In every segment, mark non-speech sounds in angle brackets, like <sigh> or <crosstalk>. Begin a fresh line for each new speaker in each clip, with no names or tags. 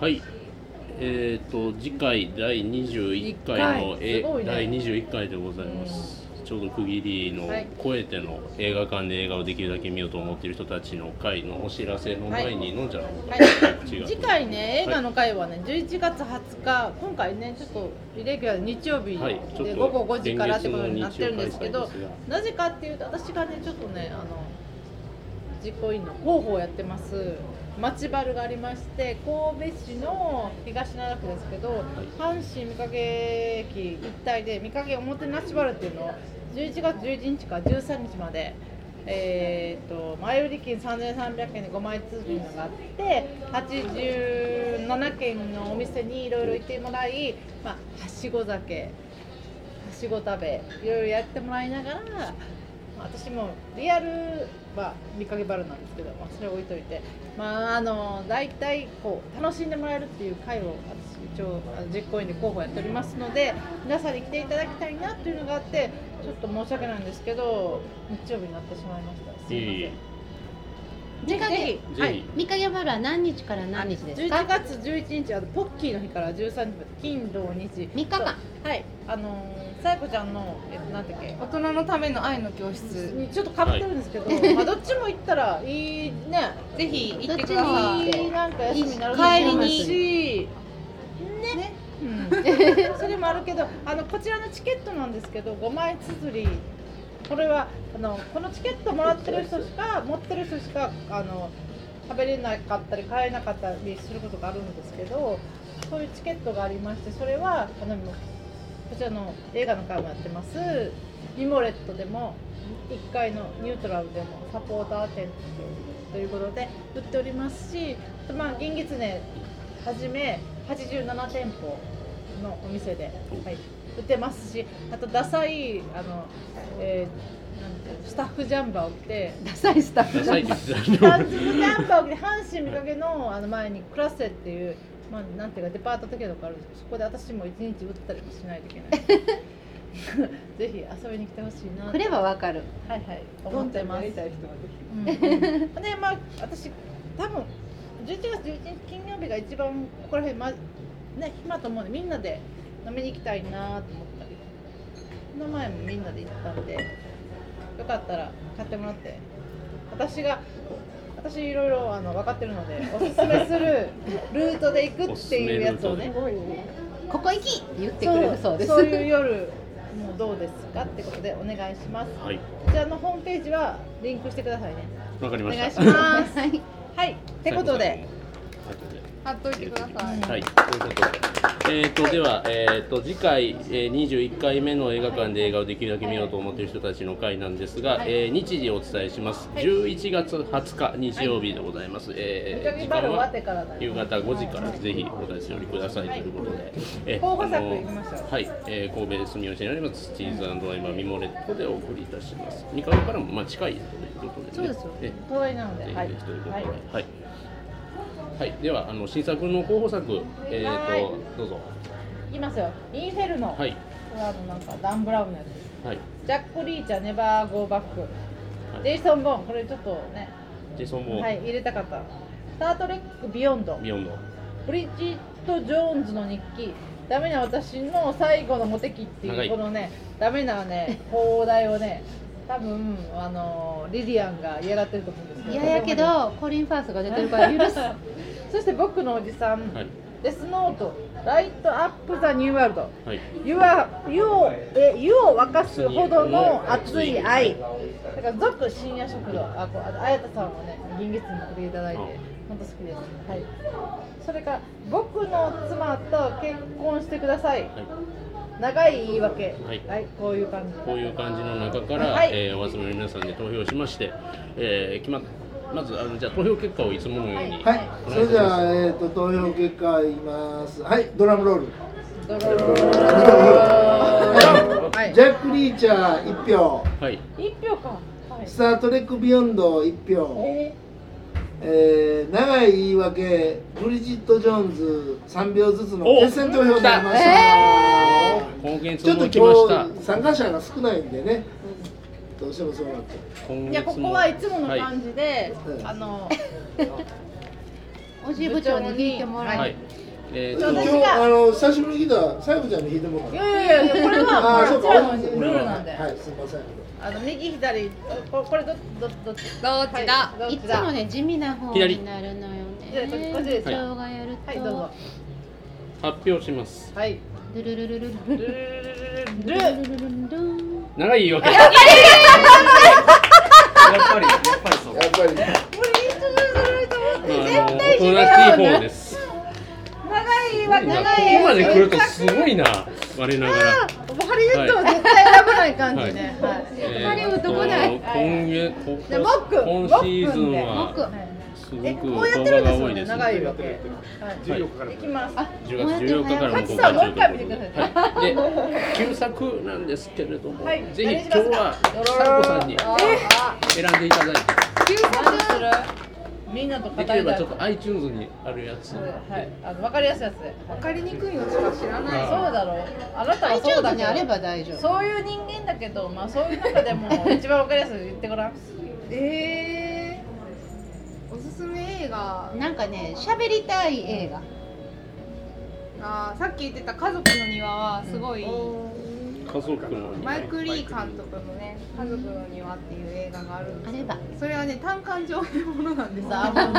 はい。えっ、と次回第21回の
一回
え
すごいね
第21回でございます。ちょうど区切りの
はい
超えての映画館で映画をできるだけ見ようと思っている人たちの会のお知らせの前に飲んじゃう。
はい
口が
次回ね映画の回はね11月20日今回ねちょっとイレギュラーで日曜日
はいちょっ
で
と
午後5時からってことになってるんですけど
連日の日曜開催です
なぜかっていうと私がねちょっとねあの実行委員の広報をやってます町バルがありまして神戸市の東灘区ですけど、阪神御影駅一帯で御影おもてなしバルっていうのを11月11日から13日までえー、と前売り券3300円で5枚通じるのがあって87軒のお店にいろいろ行ってもらい、まあ、はしご酒はしご食べいろいろやってもらいながらまあ私もリアルは見かけバルなんですけど、まあ、それ置いといてまああの大体こう楽しんでもらえるっていう会を私一応あの実行委員で候補やっておりますので皆さんに来ていただきたいなというのがあってちょっと申し訳ないんですけど日曜日になってしまいましたす
いえい
い
え
ません
ぜひ
ぜひ
ぜひ
三影バルは何日から何日です
11
か
月11日はポッキーの日から13日まで金土日
三日間
はいあのーさやこちゃんのえっとなんだっけ
大人のための愛の教室
にちょっとかぶってるんですけど、まあどっちも行ったらいいね
ぜひ行ってください
どっち
いいなんか休みになると思う
いい帰
しねうん、それもあるけどあのこちらのチケットなんですけど5枚綴りこれはあのこのチケットもらってる人しか持ってる人しかあの食べれなかったり買えなかったりすることがあるんですけどそういうチケットがありましてそれはあのこちらの映画の会もやってますミモレットでも1階のニュートラルでもサポーター店ということで売っておりますし、まあ、銀狐はじめ87店舗のお店で、はい、売ってますしあとダサいあの、えーなんていうのスタッフジャンバーを着て
ダサいスタッ
ダ
フ
サ
だ
いです。
ダンスキャンパーで阪神見かけのあの前にクラセっていう、まあ、なんていうかデパート的なとこあるんですけどそこで私も一日打ったりもしないといけない <laughs> ぜひ遊びに来てほしいな
来ればわかる
はいはい思ってます、
たい人ができ
うんでまあ私多分11月11日金曜日が一番ここら辺、まね、暇と思うんでみんなで飲みに行きたいなと思ったりこの前もみんなで行ったんでよかったら買ってもらって私が私いろいろあの分かってるのでおすすめするルートで行くっていうやつをね
おすすめルートです
ごいねここ行きって言ってくれるそうです
そういう夜もうどうですかってことでお願いしますこ
はい。
ちらのホームページはリンクしてくださいね
わかり
お
ま
願い
し。
したます
はい
はい、ってことで、
貼っといてください
はい、ということで。えっ、と、では、えっ、と、次回、えー、21回目の映画館で映画をできるだけ見ようと思っている人たちの会なんですが、
はい
えー日時をお伝えします。11月20日、日曜日でございます。
め
え
ちゃ
ー
く
時
バル
間
終わっ
は
てからだ
夕
よ。
方5時からぜひお立ち寄りくださいということで、えー
候補
あ
作
の
いきましょう。
はい、えー、神戸住吉にありますチーズアイマーミモレットでお送りいたします。三河からもまあ近いということで、ね、
そうですよ
え。
東大なので、はい。
はい、ということで、はい、はい、ではあの新作の候補作、え
は
ー
い
とどうぞ。
いきますよ。インフェルノ。
はい、
これはあのなんかダンブラウンのやつ。
はい、
ジャックリーチャーネバーゴーバック。
い
ジェイソンボーンこれちょっとね、
ジェイソンボーン、
はい入れたかった。スタートレックビヨンド。
ミヨンの、
ブリジット・ジョーンズの日記「ダメな私の最後のモテ期」って
長
い
いう
このねダメな
<laughs>
ね放題をね多分あのリリアンが嫌がってると思うんですけど
嫌やけどコリン・ファースが出てるから許す
そして僕のおじさん、
はい、
デスノートライトアップザニューワールド
はい、
湯は湯をえ湯を沸かすほどの熱い愛だから続深夜食堂あこうあ綾田さんもね銀月に送っていただいて
あ
本当好きですはいそれから僕の妻と結婚してください
はい、
長い言い訳
はい
こういう感じ
こういう感じの中から、
はい
えーお集まりの皆さんで投票しまして、えー、決まっまずあのじゃあ投票結果をいつものように、
はい、
お
そ
願い
れ
し
で
ま
は、
す。
えー、と投票結果言います。はい、ドラムロール。
ドローはい
ジャック・リーチャー1票、
はい、
一票かはい
スター・トレック・ビヨンド1票、
え
えー、長い言い訳、ブリジット・ジョーンズ3票ずつの決選投票になりました。
今月
ちょっ
も
と
来ました
今。日参加者が少ないんでね、どうしてもそうなっちゃ
今
ーいや
月
こ
も
こはいつもの感
い
じで、
はい
あの
おじい部長に聞いてもらい、
はい。えー
今
っ
日
と、
あの久しぶりに来たさゆこちゃんに弾いてもら
い
っ
やいやいやこれは
ああそう
も
か
ちろんルールなんで、
はいすみません
あの右左ここれどどどっち
どっちだ
はい、どっ
い
ち
つ
だ
もね地味な方
左
になるのよね。
左こっちです
部
よ
長がやると、
はいどうぞ
発表します。
はい
ルルルルル
ル
ルル
ルルルルル
ルルルルルン
長い言い訳。
やっぱり、やっぱりそう。
やっぱり
まあ、あの大人しい方です。長いわ、長い。ここまで来るとすごいな、我ながら。
ハリウッドは絶対選ばない感じねはい、
ハ
リウッド来ない
今月、こ
じゃあモック
今シーズン
モック
は。
はい
すごく
えこうやっ
動
てる
画が
んです
多
よ
い
ね
です、ね。
長いわけ
やって
は
14日から
い、いきます
あ
10月14日からも公開中ということで、
さんもう一回見てください
はい、で旧作なんですけれども、
はい
ぜひ今
何し
日
ますか
はサルコさんに選んでいただいて、
何するみんなと語
で
り
き
たい
ればちょっと iTunes にあるやつで、
はい、あの分かりやすいやつで
わかりにくいのしか知らない。
そうだろうあなたはそうだけ
iTunes に
ど
あれば大丈夫。
そういう人間だけど、まあそういう中でも一番わかりやすい言ってごらん。
えー、おすすめ映画
なんかね喋りたい映画。
がさっき言ってた「家族の庭」はすごい、
家族の
マイク・リー監督のね「家族の庭」っていう映画があるんで
あ
すけ
れば。
どそれはね単館上映ものなんです
さあ、も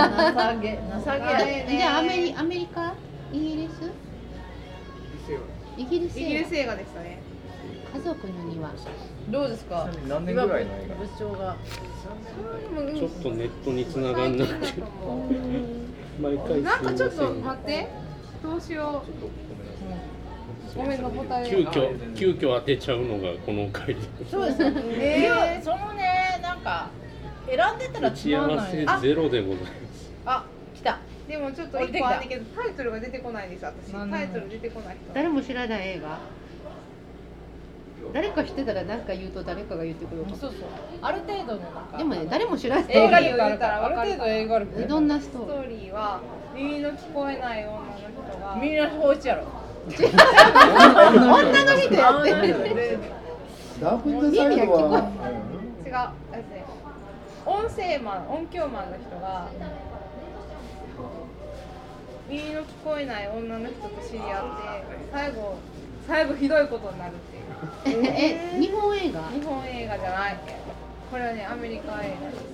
う情け、情け
え
ない。
ーね
じゃあアメリアメリカイギリスイギリス
イギ
映
リ
画
ス映画でしたね
家族の庭。
どうですか。
何年ぐらいの映
部長が。
ちょっとネットに繋がんなくて
最近だと思う
毎回すいま
なん
せ
か
ん
ちょっと待ってどうしようごめんな答え
急遽急遽当てちゃうのがこの回で
そうですよね。
えー
いやそのね、なんか選んでた
打
ら
ち
つ
合
まん
わ
ない
せ
よ。あ、
ゼロでございま
あ、来た。
でもちょっと一個あったけどタイトルが出てこないです私
なんな
タ
の
イトル出てこない人
誰も知らない映画。誰か知ってたら何か言うと誰かが言ってくるか
そう
も。
そう。ある程度のなんか。
でもね誰も知らない。
映画
に
力あるから、ある程度映画力。
どんなス
ス
ト
ト
ー
ーリーは耳の聞こえない女の人が
みんな放置やろ。
リー？女の人やってる。
ダークインザサイドは
違うあれですね音声マン音響マンの人が耳の聞こえない女の人と知り合って最後最後ひどいことになるっていう
え日本映画？
日本映画じゃないこれはねアメリカ映画です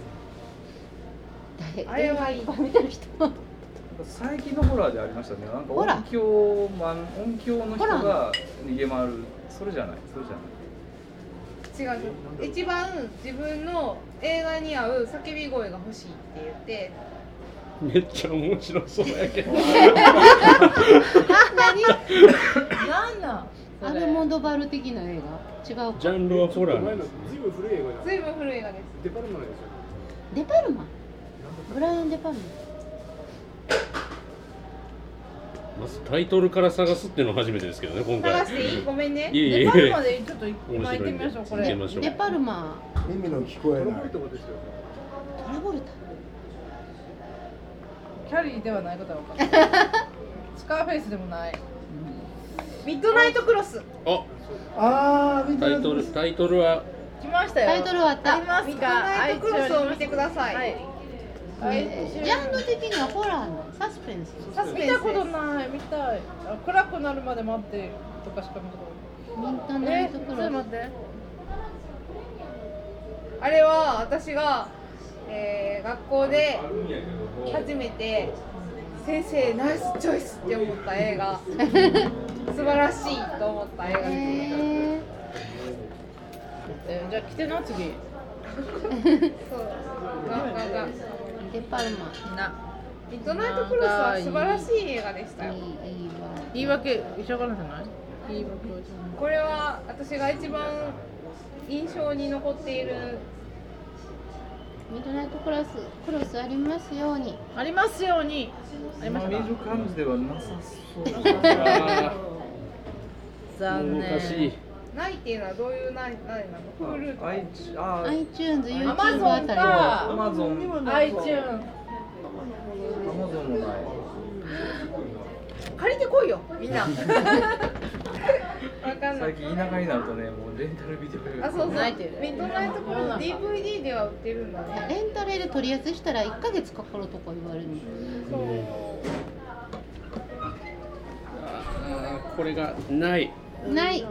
誰？
あれはいい
映画見てる人。
最近のホラーでありましたね。なんか
ホラー
音響マン、音響の
ホ
人
ラ
が逃げ回る。それじゃない、それじゃない。
違う一番自分の映画に合う叫び声が欲しいって言
す
って
めっちゃ面白そうやけど
なんなん。
アルモドバル的な映画？違うか。
ジャンルはホラーなんです
ずいぶん古い映画じゃん
ずいぶん古い映画です
デパルマの映
デパルマ。ブライアンデパルマ。
まずタイトルから探すっていうのは初めてですけどね今回
探していいごめんね
いえいえい
ネパールま
え
でちょっと今行ってみましょうこ
行って
れ
み。ましょう
デパルマ
耳の聞こ
画
え
これ
な
もいい
い
とこですよ
トラボルタ。
キャリーではないことは分か <laughs> った。スカーフェイスでもない。
ミッドナイトクロス
あ
ああ見て
タイトルタイトルは
来ましたよ。
タイトルはあっ
あ
た
り。ます
ミッド
か。
ナイトクロスを見てください、
はい。
えージャンル的にはホラーのサスペンス。
サス
見
ペンスで
た
す
ことない、見たい。あ暗くなるまで待ってとかしか見たこ
ミント
と
ナ
ない。
イ
え、ち
ト
ょっ
ク
と
ロ
待
ス
っ。て。
あれは私が、えー学校で初めて「先生ナイスチョイス!」って思った映画
<laughs>
素晴らしいと思った映画です、
えー
えじゃあ来てな次。
そうががが
デパルマ。
な。
ミッドナイトクロスは素晴らしい映画でしたよ
いいいいわ。
言い訳一緒かなんじゃない？言い訳。
これは私が一番印象に残っている
ミッドナイトクロスクロスありますように。
ありますように。ありま
ま
した
あ見
か。
る感じではなさそう。
あー
残
もどかしい
念。
ないっていうのはどういうないないなの Hulu とか
あいち、あー、
iTunes、YouTube あ
Amazon
たりは。
ア
か
マゾン、
iTune。
アマゾンもない。
<laughs> 借りてこいよみんな借わかんない
最近田舎になるとねもうレンタルビデオ
あそうそうミ
ないって
ッドナイトクロス DVD では売ってるんだね
レンタルで取り寄せしたら1ヶ月かかるとか言われるの
そう
あーこれがない
ない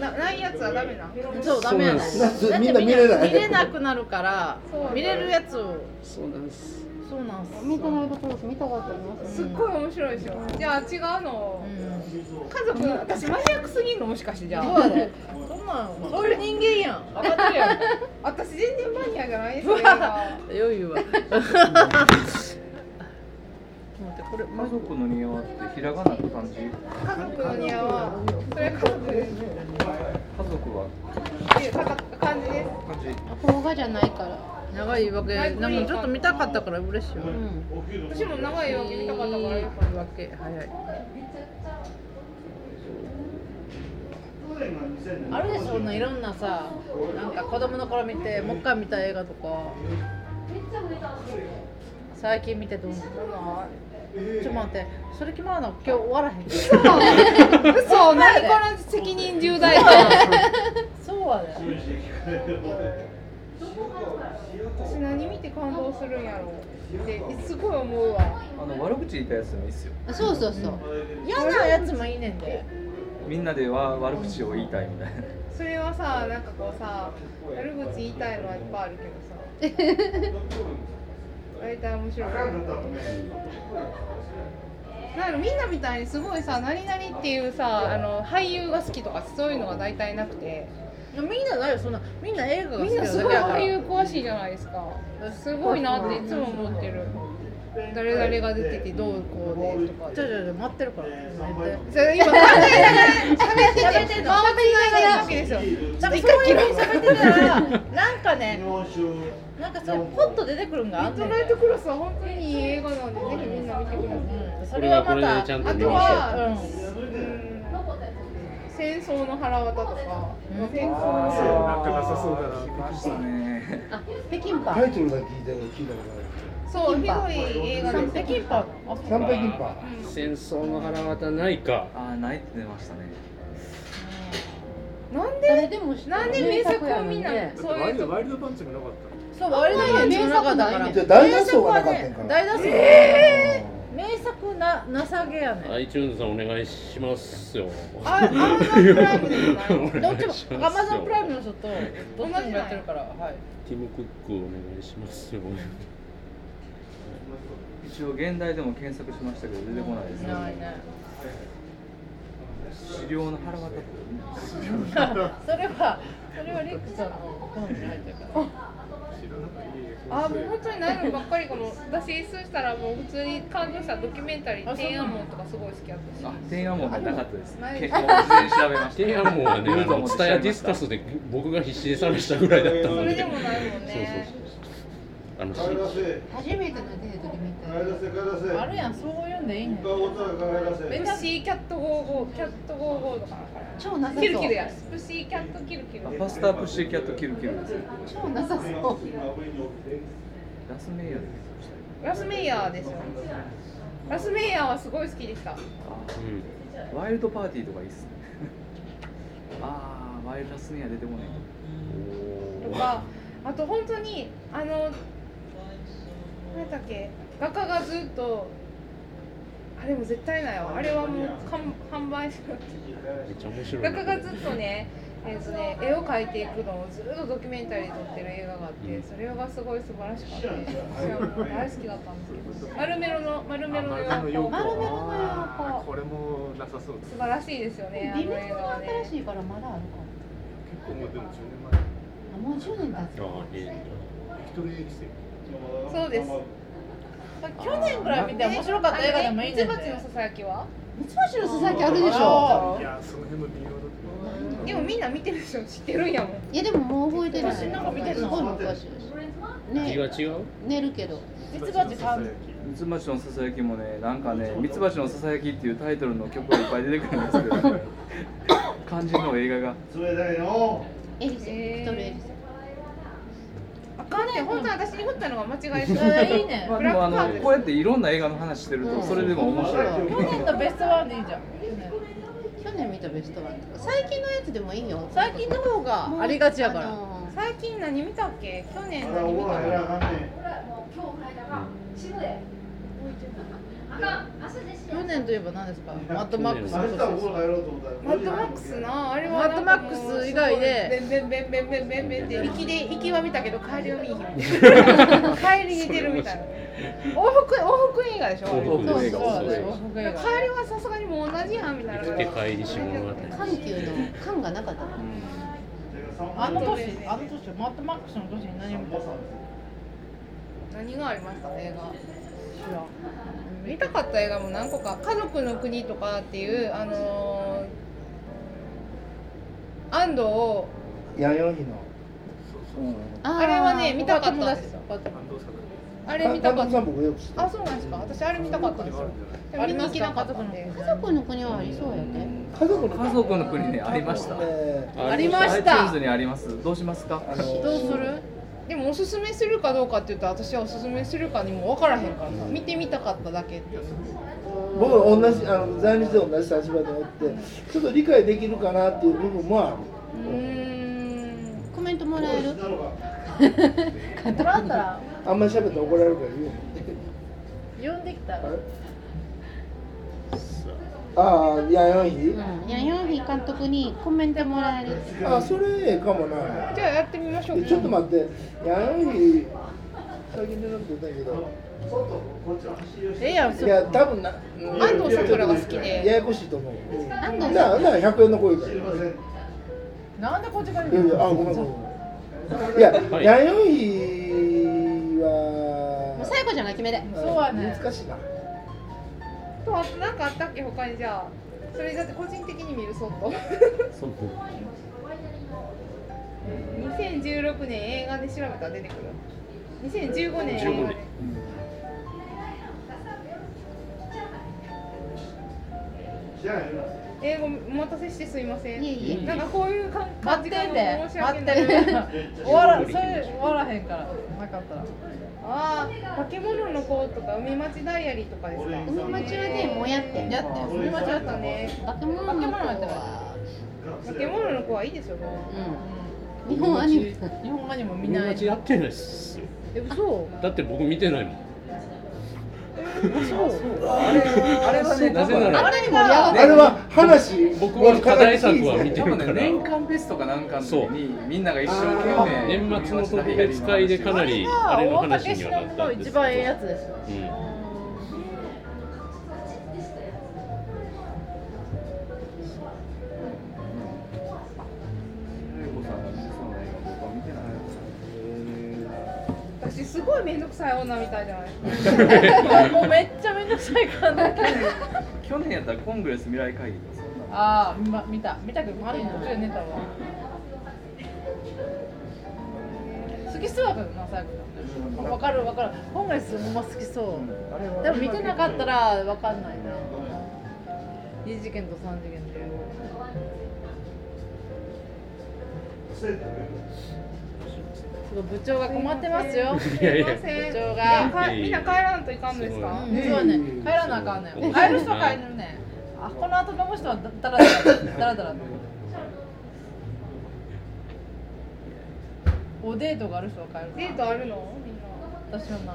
なないやつはダメな
そうダメやね
そう
なんです
だって
みんな見れない
見れなくなるから
そう
見れるやつを
そうなんです
そうなんす
ミッドナイトクロス見たことあります
すっごい面白いでしょじゃあ違うの
うん
家族私マニアックすぎんのもしかしてじゃ
そうや
あ
でそんなんそういう人間やん分かってるやん
私全然マニアじゃないですよ今
余裕は待ってこれ
家族の庭ってひらがなって感じ家
家族の庭はそれは家族です
族は
っていう感じです
感じ
動画じゃないから
長い言い訳
はい
なんかちょっと見たかったから嬉しいわ、
うん
私も長いわけ見たかったからよかっ
言い訳早いあるでしょそんないろんなさなんか子供の頃見てもう一回見た映画とか最近見てどうなのちょっと待ってそれ決まらな今日終わらへん
た嘘何この責任重大感
そうはね
私何見て感動するんやろうってすごい思うわ
あの悪口言ったやつでもいいっすよ
そうそうそう
嫌なやつもいいねんで
みんなでは悪口を言いたいみたいな
それはさなんかこうさ悪口言いたいのはいっぱいあるけどさ大体面白いなんかみんなみたいにすごいさ何々っていうさあの俳優が好きとかそういうのが大体なくて
みんなないよそんなみんな映画が好
み
き
んな
な
す
だ
ご
け
い
やから
俳優詳しいじゃないですかすごいなっていつも思ってる誰々が出ててどうこうでとか
ちょちょちょ待ってるから待って
それ今考えながら喋ってて回っていないわけですよ
なんかそういうふうに喋ってたらなんかねなんかそういうポッと出てくるんがあ
ミ
ん
ッ
ね
ド
ん
ナイトクロスは本当にいい映画なんで、ぜひみんな見てください。
うんそ
こ
れ
れ
は
は
ま
これでち
た
ゃんと
あ
見ま
と
しょう
は、
う
うん、戦争の腹渡とか、
うん
戦争
あ
の
ー
なんかなさそうだな
来ましたね
あ北京パ
タイトルだけ聞いたら聞いたこと
そう、ひ
キンパ
どい映画
三
です。
匹一パ
ない三匹一パ
戦争の腹渡ないか
あーないって出ましたね
なん
誰
で、
でも知ってる
なんで名作をみんな
名、
そういうとこ。
ワイルドパンチがなかった
そう割とね名作だか
名
ら
作
じゃあ大脱走がなかったんかな
大脱走えー、名作ななさげやね
iTunes さんお願いしますよ
あ、アマゾンプライムでもない。
<laughs> お
ど
願
っ
い
ち
し
も
ますよ
アマゾンプライムの人とどっちもやってるからはい
ティム・クックお願いしますよ
一応現代でも検索しましたけど出てこないですね
ないね
狩猟の腹渡とか
それはそれはリックさんの好みに入ってるから
あ、もう本当にないのばっかりかも。私、そうしたらもう普通に感動したドキュメンタリ
あ
ー、
そうなの
天安門とかすごい好きやったし。
あ天安門がなかったです
ない
結構事前に調べました
提案もはね、あの、ツタヤディスカス
で
で僕が必死で探したぐらいだった
そ
の
れ
で。
でもないもんね。
あの、し
帰らせ
初めてのデートで見
帰
た
らせ帰らせ
あるやんそういうんでいいね
一回終わったら帰らせ
プッシーキャット55、キャット55とかだから。
超なさそう
キルキルや。プッシーキャットキルキル。
バスタープッシーキャットキルキルですね
超なさそう
ラスメイヤーです
ラスメイヤーですよ。ラスメイヤーはすごい好きでした。
あワイルドパーティーとかいいっすねああワイルドラスメイヤー出てこない
うん。
とか、あと本当に、あの、何だっけ、画家がずっと、あれも絶対ないわ。あれはもう完販売しなくて。
めっちゃ面白いな。
画家がずっとね、えーとね、絵を描いていくのをずっとドキュメンタリーで撮ってる映画があってそれがすごい素晴らしかった私はもう大好きだったんですけどマルメロのマルメロの
あ
洋
丸
子
めの
洋子
あーこれもなさそうです
素晴らしいですよねあ
リメイ
の
ク
映画
が新
はね
しいからまだあるか
結構もうでも10年
もあもう10年経つ
あいいね
前一人で生
そうです
去年ぐらい見て面白かった映画でもいいねん
あのねミツバチのささやきは
ミツバチのささやきあるでしょ
あ
いやその辺も微妙だ
でもみんな見てるでしょ知ってるんやもん
いやでももう覚えてない
私なんか見てん
す
の
ごい昔
気が
ね
違う。
寝るけど
けど
ミツバチさん
ミツバチのささやきもねなんかねミツバチのささやきっていうタイトルの曲がいっぱい出てくるんですけど、肝心の映画が
冷たいの
エリセ
へー
一人エリセ
あかんね本当に私に振ったのが間違いし
そ
た
れいいね
まあでもあのこうやっていろんな映画の話してるとそれでも面白い、
去年とベストワンでいいじゃん
年見たベストワンとか最近のやつでもいいよ
最近の方がありがちやから、
あのー
最近何見たっけ去年
まだ
何
お
見た
ら
っけ
減らあかんねん
去年といえば何ですかマッドマックス
明日
今年
おら減ろうと思ったら
マッドマックスなあれはなん
マ
か
ッドマッ
もう
クス以外です
ごいベンベンベンベンベンベンベンって行きで行きは見たけど帰りは見えへんみたいな帰り似てるみたいな往復往復映画でしょあれ
往復映画
そうそう
往復映画
帰りはさすがにもう同じやんみたいな
生きて帰りし物語
緩急の感がなかったな
あの年あの年マッドマックスの年に何を見たか
何がありました映画
知らん
見たかった映画も何個か「家族の国」とかっていうあのー安藤を
弥生の
あ
あれはね見たかったん
他友
です
達
よ
他友達
感動作
あれ見たか
監督
っ
さ
た
ん僕よく知ってる
あそうなんですか私あれ見たかったんですよでも見に行けなかったんで
家族の国はありそうやね
家族の
家族の国ねありました。
え
ありました
iTunes にあります。どうしますか。
ーあの
どうする
でもおすすめするかどうかって言ったら私はおすすめするかにも分からへんからさ見てみたかっただけっていう
僕同じあの在日で同じ立場でおってちょっと理解できるかなっていう部分もある
うーん
コメントもらえる
もらったら
あんまり喋ったら怒られるから言う
呼んできたら
ああ
<laughs>
弥
う
生日
ん、いやヨンヒ監督にコメントもらえるって
あそれええかもな
じゃあやってみましょう
えちょっと待って弥生日最近出なくて言ったんやけど
ええやん
いや多分なうん
安藤サクラが好き
や
で
やこしいと思ううんだ
安
か
藤
ら
さん
だから100円の声からい
なんでこっちから
やいやあごめんごめんいや
はい
弥生
もう
は
最後じゃない決めで
そうはね
難しいな
とあと何かあったっけ他にじゃあそれだって個人的に見るそっと
そう
2016年映画で調べたら出てくる2015年映
15
画で
年
英語お待たせしてすいません
いえいえ
なんかこういう感感
待
じ
って
が
んで
もう申し
待
訳
っ
な
てる
い
終わらそれ終わらへんからなかったら
ああ化け物の子とか海町ダイアリーとかですか
海町はねもうやって
やって
海町だったね
化け物の子は
化け物の子はいいですよね
うん日本アニメ
日本アニメ見
みん
な
ないやってないっすよ
え嘘
だって僕見てないもん
あれあれはねなぜな
あ
ら
れ
あ
が
れは話
僕は課題作は見て
多
る
分
か
ね
ら
年間ベストかなんかの時にみんなが一生懸命
年末の特別会でかなりあれの話にはなったんです
一
けど
番ええやつですよ
うん
英子さんのベストの映画僕は見てないです
私すごい面倒くさい女みたいじゃない
<laughs>
もうめっちゃめんどくさいからな
去年やったらコングレス未来会議とかそんな
ああ、ま、見た見たけどマリン途中で寝たわ好きそうだけどな最後わかるわかる今回すごい好きそうでも見てなかったらわかんないな二次元と三次元ですごい部長が困ってますよ部
いやいや
長
あ
が
かみんな帰らんといかんのですか
す
うんそうだね帰らなあかんね
うん
帰る人は帰るねあこの後のこの人はだらだらだらだらおデートがある人は帰る
デートあるのみんな
私はない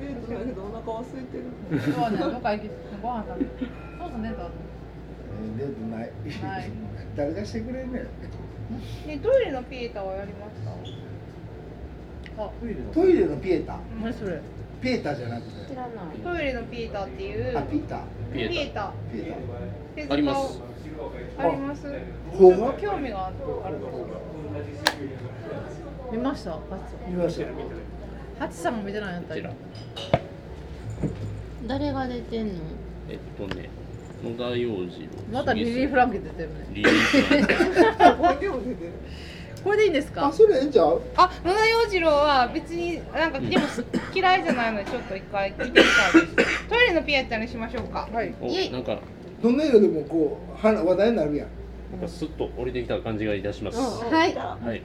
デートだけどお腹は空いてる
今日 <laughs> はねどっか行きご飯食べるそうそうデートある
出てない
な
<laughs>
い
誰がしてくれんねん
ねトイレのピエタはやりました
トイレのピエタ
何それ
ピエタじゃなくて
知らない
トイレのピエタっていう
あピータ
ピエタ
タ
ピエ
手塚
あります
あります
タほう
ちょっ
が
と興味があるんですけど
見ましたパチ
見ました
ハチさんも見てないんやっ
こ
た
ち
ら
ら
誰が出てんの
えっとね野田洋次郎
またリリー・フランケ出てるね
リリーフランケ
これでいいんですか
あそれええんちゃう
あ野田洋次郎は別になんかでも嫌いじゃないのでちょっと一回聞いてみたいですトイレのピエタにしましょうかはい
おなんか
どんな色でもこう話話題になるやん
なんかスッと降りてきた感じがいたします、
はい
はい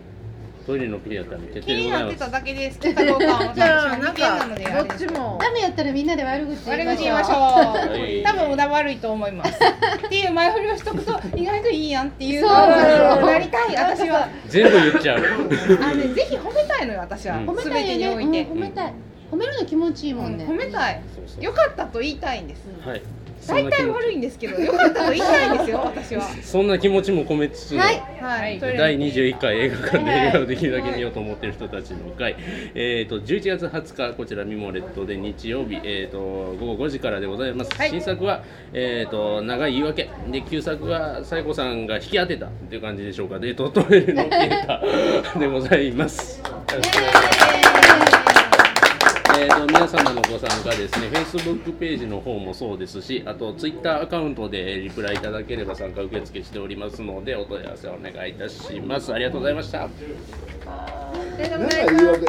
トイレの綺麗やったら決定
気
で
に
ござ
なっ
い
て
ま
た
す
だけですけどどうかは
じゃあなん
私は人間な
か
のであれ
ど
で
っ
す
ちも
ダメやったらみんなで悪口
悪
言いま
口
し
言い
ょう
ましょう
い
多分無駄悪いと思いますっていう前振りをしとくと意外といいやんっていう
そう
なりたい私は
全部言っちゃう
あのねぜひ褒めたいのよ私は、
うん
褒めた
全て
い
に
よ
お
ね、
いて
うん、、褒めたい褒めるの気持ちいいもんね、
うん褒めたい
そうそう
良かったと言いたいんです
はいそん
大
な気
体
持
悪いんですけど良かったと言いたいんですよ私は
ちそんな気持ちも込めつつの、
はい
はい、トイレ
第21回映画館で映画をできるだけ見ようと思っている人たちの会、えー、と11月20日こちらミモレットで日曜日、えー、と午後5時からでございます、
はい
新作は、えー、と長い言い訳で旧作はサイコさんが引き当てたっていう感じでしょうかでトトイレのデータでございます。えー、と皆様のご参加ですね、Facebook ページの方もそうですし、あと Twitter アカウントでリプライいただければ参加受付しておりますので、お問い合わせお願いいたします。ありがとうございました。
なんか言い訳